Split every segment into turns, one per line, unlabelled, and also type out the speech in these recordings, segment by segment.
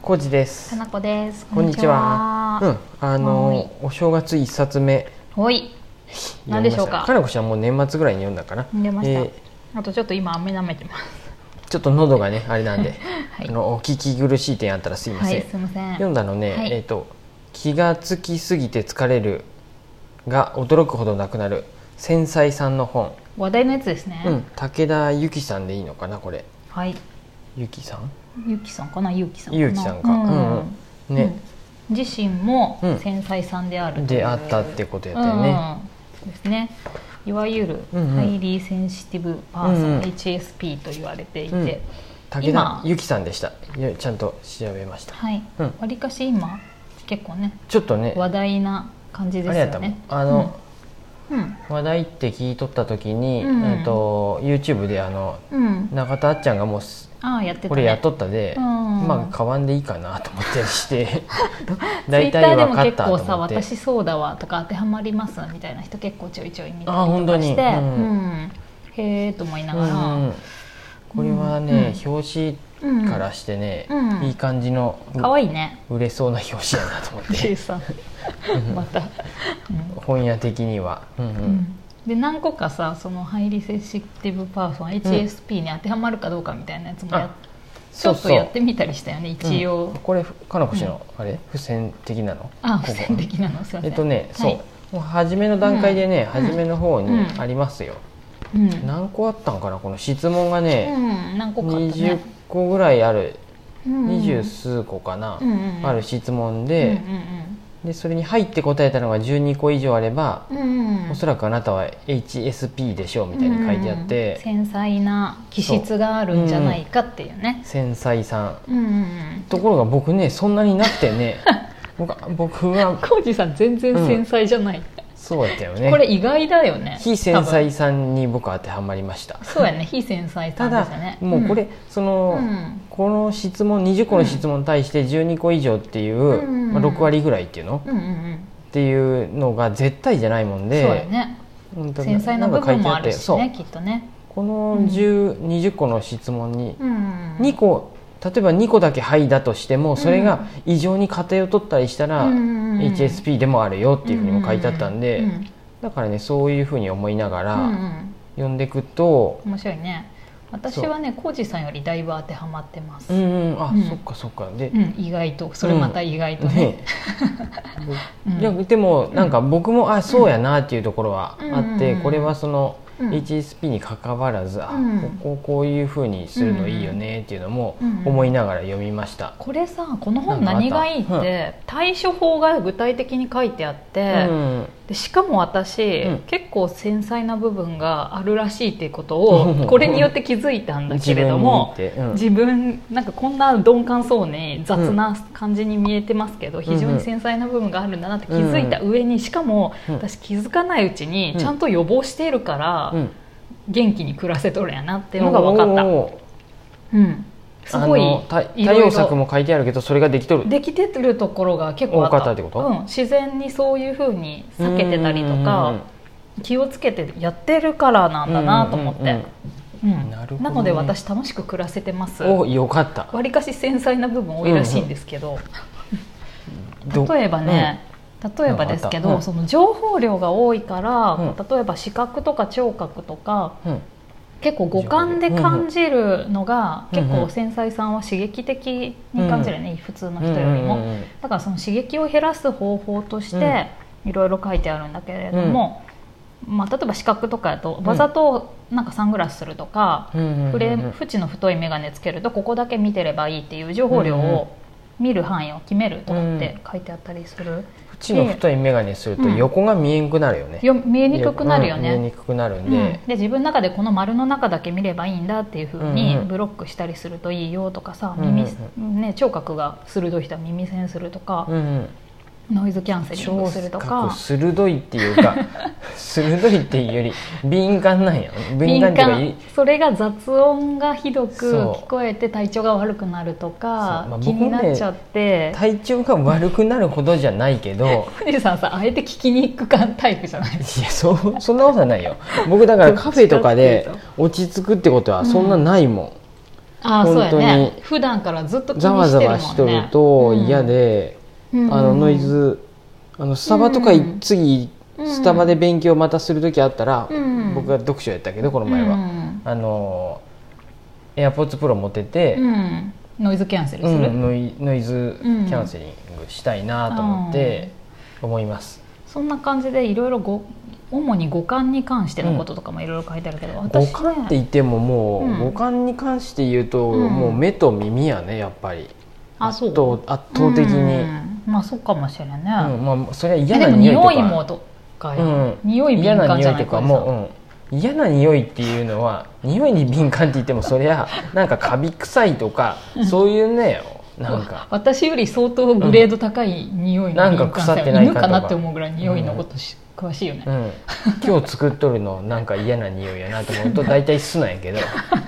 コージです
か。なこです。
こんにちは。うん、あ
はーい
のお正月一冊目
うん。はい。
読
何
みま
で
し
し
た。
ょうか
かなこちゃんもう年末ぐらいに読んだかな。
出ました。
えー
あとちょっと今飴舐めてます。
ちょっと喉がねあれなんで、
はい
あのお聞き苦しい点あったらすいま
は
せん。
い、すみません。
読んだのね、
はい
えっ、と気がつきすぎて疲れるが驚くほどなくなる繊細さんの本。
話題のやつですね。
うん、武田由紀さんでいいのかなこれ。
はい。
由紀さん？
ゆきさんかな、ゆきさんな。
ゆうきさんか。
う
うん、
ん
うん、ね、。
うん自身も
うん
繊細さんであるという。
であったってことやったよね。
うん。ですね。いわゆる
うんうん
ハイリーセンシティブパーソ
うんう
ン
ん
HSP と言われてい
うん
て、
武田
今
由紀さんでしたいやちゃんと調べました
はい。
うん
わりかし今結構ね
ちょっとね
話題な感じで
あ
す
れやった
よ
もん
ね。
あの、
うん。うん。
話題って聞いとった時に、
うん
えっと YouTube であの
うん、
中田あっちゃんがもうす
ああやってた、ね、
これやっとったで、
うん
まあ買わんでいいかなと思ったりして
ツイ
大
ッタ
体
ーで
分
も
かっ
結
たと
構さ
思って
私そうだわとか当てはまりますみたいな人結構ちょいちょい見たりと
あ本当
か
に
して、
う
うんんへえと思いな
う
がら、
んうんこれはね、表
うん
紙からしてね、
うん
いい感じの、
かわいいね
売れそうな表紙やなと思っ
C
て
さんまた、うん
本屋的には、うんうん
うんで何個かさそのハイリセンシティブパーソン HSP に当てはまるかどうかみたいなやつもやっちょっとやってみたりしたよね一応、
うんこれかのこ氏の、あれ付箋的なのこ
あ
こ
付箋的なのすいませ
え
ん
っとね、
はい
そうもう初めの段階でね、
うん
初めの方に
うん
ありますよ、
うん、
何個あったんかなこの質問が
う
ね、
ん、何個かあった
20
ね
個ぐらいある二十、
うん
数個かな、
うんうんうん
ある質問
うんうん
で,、でそれに「はい」って答えたのが12個以上あれば、
うんうんうん
おそらくあなたは HSP でしょうみたいに書いてあって、
うんうん繊細な気質があるんじゃないかっていうね
繊細さん
うんうん
ところが僕ねそんなになくて ね僕僕は
浩二さん全然繊細じゃない、
そうだったよね
これ意外だよね
非繊
多分
細さんに僕は当てはまりました
そうやね非繊細さ
た
んで
だ
すよね
もうこれ、その、
うん
この質問20個の質問に対して12個以上っていう、
うん
まあ、6割ぐらいっていうの、っ
うんうんうん
ていうのが絶対じゃないもん
そう
で
やね
本当に
繊細な部分もあるし
なん
ね
か書いてあってそう
きっとね
この10 20個の質問に
うんうんうん
2個例えば2個だけ「はい」だとしてもそれが異常に偏っとったりしたら、
うんうんうん
HSP でもあるよっていうふうにも書いてあったんで、
うんうん
だからねそういうふうに思いなが
うんう
ら
ん
読んでいくと、
面白いね私はね浩二さんよりだいぶ当てはまってます、
う
うん
んうんあ、
うん
そっかそっかで、
意外とそれまた意外とね、
ね
うん
いやでもなんか僕もあそうやなっていうところはあって、
うん
これはその
うん
HSP に関わらず、あ
うん
こここういうふうにするのいいよねっていうのも
うん
思いながら読みました。
これさこの本何がいいっ
なんか
て対処法が具体的に書いてあっ
う
て、
ん
でしかも私、
うん
結構繊細な部分があるらしいっていうことを これによって気づいたんだけれども
自分にって
自分なんかこんな鈍感そうに雑な感じに見えてますけど、非常に繊細な部分があるんだなって気づいた上にしかも
うん
私気づかないうちに
うん
ちゃんと予防しているから
うんうん、っ
元気に暮らせとるんやなっていうのが分かった。うん、すごい
あのた
い
対
ろいろ
応策も書いてあるけどそれができとる。
できてるところが結構あった
多かったってこと
うん、自然にそういうふうに避けてたりと
うんうん
か気をつけてやってるからなんだなと思っ
うんう
て
ん
うん
なるほどね
なので私楽しく暮らせてます
うんおよかった。
わりかし繊細な部分多いらしいんですけど、
ど
例えばね、例えばですけ
なんかあったう
ど、
ん
その情報量が多いから、
う
例えば視覚とか聴覚とか
うん
結構五感で感じるのが
うんうん
結構繊細さんは刺激的に感じるよね、普通の人よりも。
うんうんうん
だからその刺激を減らす方法としていろいろ書いてあるんだけれども、まあ、例えば視覚とかやと
ん
わざとなんかサングラスするとか、
うんうんうん
フレーム縁の太い眼鏡つけるとここだけ見てればいいっていう情報量
うんうん
を見る範囲を決めるとかって書いてあったりする、
縁の太い眼鏡すると横が見えんくなるよね。
よ見えにくくなるよ
うん見え
ね。
にくくなる
うんん
で
で、自分の中でこの丸の中だけ見ればいいんだっていうふう
うん
に
うん
ブロックしたりするといいよとかさ
うんうん
耳、ね、聴覚が鋭い人は耳栓するとか、
うんうん
ノイズキャンセリングすると
聴
か
覚鋭いっていう か鋭いっていうより敏感なんや敏
敏
感っていうかい
感それが雑音がひどく
そう
聞こえて体調が悪くなると
そ、
か
うまあ
気になっちゃって
体調が悪くなるほどじゃないけど
富士さんさあえて聞きに行く感タイプじ ゃないですか
いやそうそんなことはないよ僕だからカフェとかで
どっちかって
落ち着くってことはそんなないもん、
ああそう
本
や
当
ね
に
普段からずっと気にして
ざ
るもんね
わざわしとると嫌で、
うん
あのノイズあのスタバとかい、
うん
次
うん
スタバで勉強またする時あったら、
うん
僕が読書やったけどこの前は、
うん
あの AirPods Pro 持ってて、
うんノイズキャンセルする、
うんノイノイズキャンセリングしたいなと思って思います、
そんな感じでいろいろご主に五感に関してのこととかもいろいろ書いてあるけど、
五
私
感って
ね
言ってももう、
うん
五感に関して言うと、
うん
もう目と耳やねやっぱり
あそう
圧倒圧倒的に、
うんまあそうかもしれな
う
い、
んまあ、それは嫌
えで
な
も
匂いと
匂
か
いもとかよ、
うん
匂い
嫌
敏
な
感じ
匂
ゃ
い
ない
と
か
からもう、うん、嫌な匂いっていうのは匂いに敏感って言ってもそりゃなんかカビ臭いとかそういうねなんか
私より相当グレード高い匂いの
なんか
敏感さ
腐ってないか
犬
とか
かなって思うぐらい匂いのことし、詳しいよね、
うん、今日作っとるのなんか嫌な匂いやなと思うと大体酢なんや けど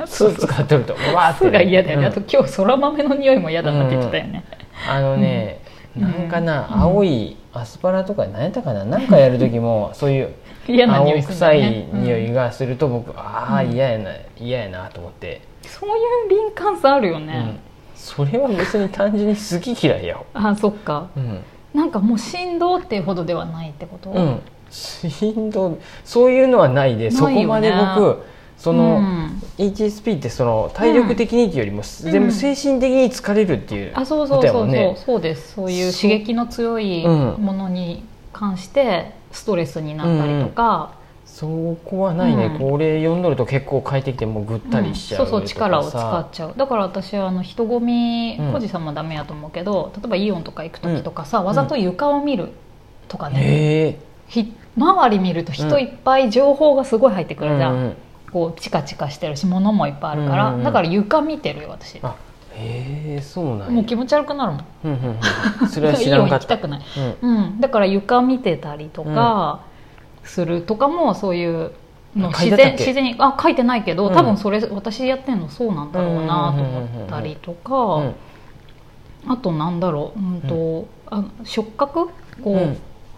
酢使っとるとわーって
すが嫌だよね、
うん
あと今日そら豆の匂いも嫌だなって言ってたよね、
あのね、
うん
なんかな、
うん
青いアスパラとか何やったかななんかやる時もそういう
嫌な匂
青
いするんだ
臭
よ
い
ね
匂い
うん
がすると僕、ああ
うん
嫌やな嫌やなと思って、
そういう敏感さある
う
よ
ん
ね、
それは別に単純に好き嫌いやわ
あそっか
うん、
なんかもう振動っていうほどではないってこと、
うん、振動そういうのはないで
ない
そ
よね
こまで僕その、
うん
HSP ってその体力的にっていうよりも全部精神的に疲れるっていう
あそう
こ
そう
とや
そうそ
も
う、
んね
そうですそういう刺激の強い
うん
ものに関してストレスになったりとか、
そこはないね、
うん
これ読んどると結構快適でもうぐったりしちゃう
うんそうそう
とかさ
力を使っちゃうだから私はあの人混み
うん
個人さんもダメやと思うけど、例えばイオンとか行く時とかさ、わざと床を見るとかね、
へえ
ひ周り見ると人いっぱい情報がすごい入ってくるじゃん、
うんうん
こうチカチカしてるし物もいっぱいあるから、
うんうん
だから床見てるよ私
あへえそうなんや
もう気持ち悪くなるもん
うんうんうんそれは知らんかっ
イオン行きた
た
く ない
うん
うん、だから床見てたりとかするとかもそういうの
書い
自
てたっけ
然自然にあ書いてないけど、
うん
多分それ私やってんのそうなんだろうなと思ったりとか、
うん
あとなんだろう、うんとあの触覚こう、
うん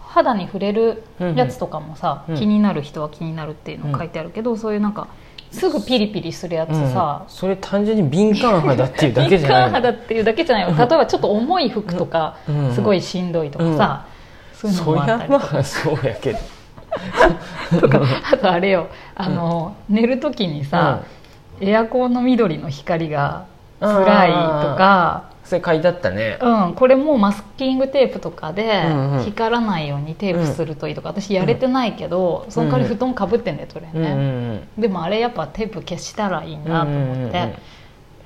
肌に触れる
うんうん
やつとかもさ、
うん
気になる人は気になるっていうの書いてあるけど、そういうなんかすぐピリピリするやつさ、
うんそれ単純に敏感肌っていうだけじ
敏
ゃない
感
の
肌っていうだけじゃないよ例えばちょっと重い服とか、
うん
すごいしんどいとかさ、そういうの
そり
もあった
ゃ
りとか
まあそうやけど
とかあとあれよあの、寝る時にさ、エアコンの緑の光が辛いとか、
うんそれ書いてあったね
うん、これもうマスキングテープとかで
うんうん
光らないようにテープするといいとか、私やれてないけど、その代わり布団かぶってんだよそれね、
うんうんうん
でもあれやっぱテープ消したらいいなと思って、
うんうんうん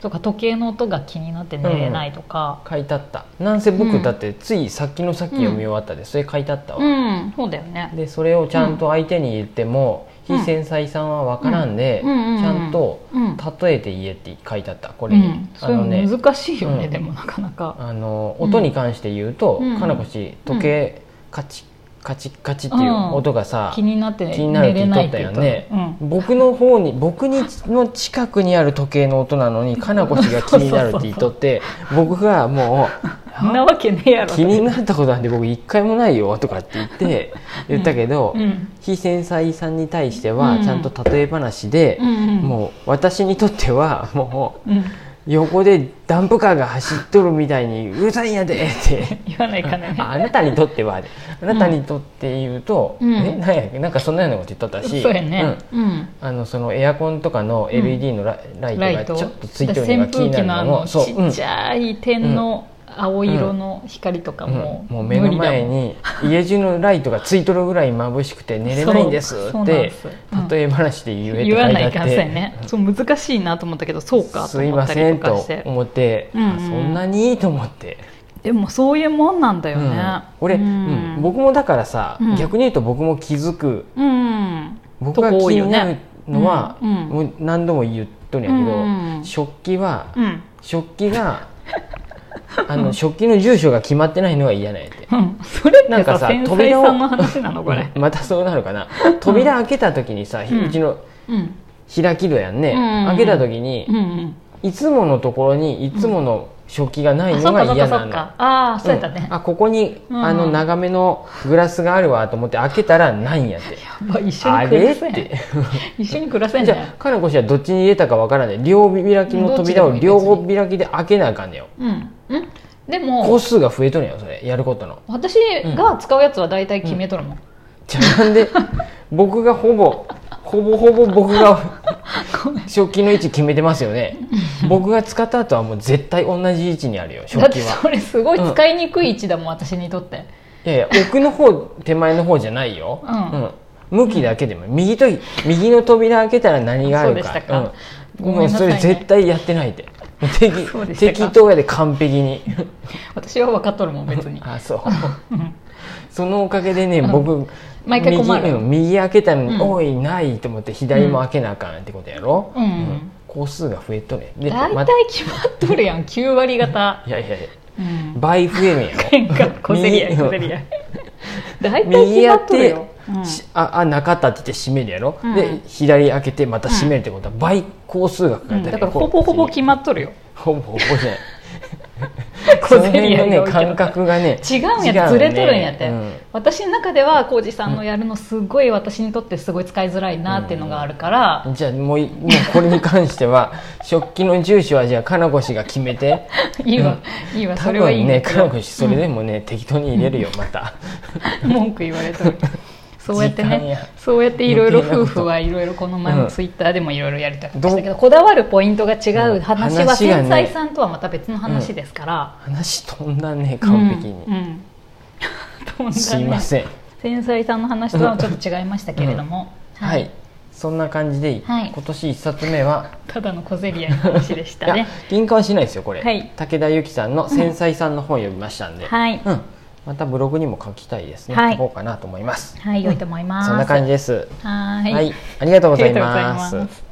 とか時計の音が気になって寝れないとか
書いてあったなんせ僕、
うん
だってついさっきのさっき読み終わったで、それ書いてあったわ、
うん、そうだよね
でそれをちゃんと相手に言っても、
うん
非繊細さんは分からんで、
うんうんうん
ちゃんと
うん
「例えて言え」って書いてあったこ
う
れに、
ん、そ
あ
れ
の
も
ね
難しいよね、
うん
でもなかなか
あの音に関して言うと、
うん
かなこし時計、カチッカチッカチッっていう音がさ、
気になって
気になる
寝
って言
れ
っ
な
と
い
っ
ったて言
よ
うと
ね
うん、
僕の方に僕にの近くにある時計の音なのにかなこしが気になるって言っとって僕がもう
そんなわけねえやろ
気になったことなんて僕一回もないよとかって言って言ったけど、
うん
非繊細さんに対して
う
は
ん
ちゃんと例え話で
う、んうん
もう私にとってはも
うん
う横でダンプカーが走っとるみたいにうるさいんやでっ て。
言わないかね
ああなたにとってはあなたにとって言うと、
うん
えなんやなんかそんなようなこと言っとったし
そうやね
うん
うん
あのそのエアコンとかの LED のラ,、イ
ライ
ト
ト
がちょっとついてるのが気に
扇
な
風機
る
のあ
の
の
もそう
ち
うん
っちゃい点の青色の光とか
うん
も
もう目の前
無
に家中のライトがついとるぐらい眩しくて寝れないんです
そ
っ
うそうなん
て
ですうん
例え話で言えって書い
理だもん
てあ
言わない
って
かんせんねそう難しいなと思ったけどそうかと
すい
思っ
ま
た
せ
り
ん
とか
と
して
思って、
うんうん
あそんなにいいと思って、
でもそういうもんなんだよ
うん
ね
俺、
うん
うん僕もだからさ、
うん
逆に言うと僕も気づく
うん
僕が気
とこ多いよ
に
ね
なるのは、
うんうん
もう何度も言っとるんやけど、
うんうん
食器は、
うん
食器 があの食器の住所が決まってないのが嫌なんやって。
うんそれっ
なん
て
かさ
さ繊細
扉を
さんの話なのこれ
またそうなるかな扉開けた時にさ、
うん
うちの
うん
開き戸やんね、
うんうんうん
開けた時に
う、んうん
いつものところにいつもの食器がない
あ
の
そっ
が
かそっ
嫌
かそ
な
っ
の
かああそうやった
う
ね
ん、あここに、
うん
あの長めのグラスがあるわと思って開けたらないんやって
やっぱ一緒
あ
に暮
れ
ら
っ
せん
て
一緒に暮らせん
じ
じ
ゃ
ゃ
あかなこ氏はどっちに入れたかわからない両開きの扉を両開きで開けなあかんねよ
うんうんで
個
も
数が増えとるんやそれやることの
私が使うやつは大体決めとるもん、
じゃあなんで僕がほぼほぼほぼ僕が
ごめん
食器の位置決めてますよね僕が使った後はもう絶対同じ位置にあるよ食
だっ
器
て
は
それすごい使いにくい位置だもん、私にとって
いやいや奥の方手前の方じゃないよ、
うん
向きだけでも右と右の扉開けたら何があるか
そうでしたか
うん
ごめんなさいね
もうそれ絶対やってないって適
そうでしたか
適当やで完璧に
私は分かっとるもん別に
あそう
うん
そのおかげでね
ん
僕
毎回困る
右,、うん、右開けたのに、
うん
おいないと思って左も開けなあかんってことやろ、
うん
個数が増えとるやんで
大
ま
体
た
決まっとるやん9割方
いやいやいや
うん
倍増えるんやろ
喧嘩小競り合い
右
小競り合い大体
右
決
や
ま
っ
っとる
て
よ、うん、
しああなかったって言って閉めるやろ、
うん
で左開けてまた閉めるってことは倍工数がかか
う
っ
ん
てる、
だからほぼほぼ
こ
決まっとるよ
うほぼほぼじゃ ないそ
小
の
競
辺
り合
の
い
ね
が多いけ
感
ど
覚がね
違うん
違うよ
や
ね
ずれとるんやって、
うん
私の中では浩二さんのやるのすごい私にとってすごい使いづらいなっていうのがあるから、
じゃあもういもうこれに関しては食器の住所はじゃあかなこ氏が決めて
いいわいいわ
多
それはい
分
いんだ
ね
け
か
ど
なこ氏それでもね、適当に入れるよまた
文句言われとるそうやって
時間
ね
や
そうやっていろいろ
余計なこ
夫
と
婦はいろいろこの前
うん
もツイッターでもいろいろやりたくしたけど、
ど
こだわるポイントが違
うん
う話は
話がね
繊細さんとはまた別の話ですから、
話飛んだね完璧に、
うんうん、 飛んだね
すいません
繊細さんの話とはちょっと違いましたけれども、
はい、そんな感じで、
はい
今年一冊目は
ただの小競り合いの話でし
い
た
や
ね
銀貨はしないですよこれ、
はい
武田由紀さんの「繊細さん」の本読みましたんで、
はい、
うん、またブログにも書きたいですね、
はい
書こうかなと思います、
はい良いと思います
そんな感じです
はーい
はい、ありがとうござい
ありがとうござい
ま
ますす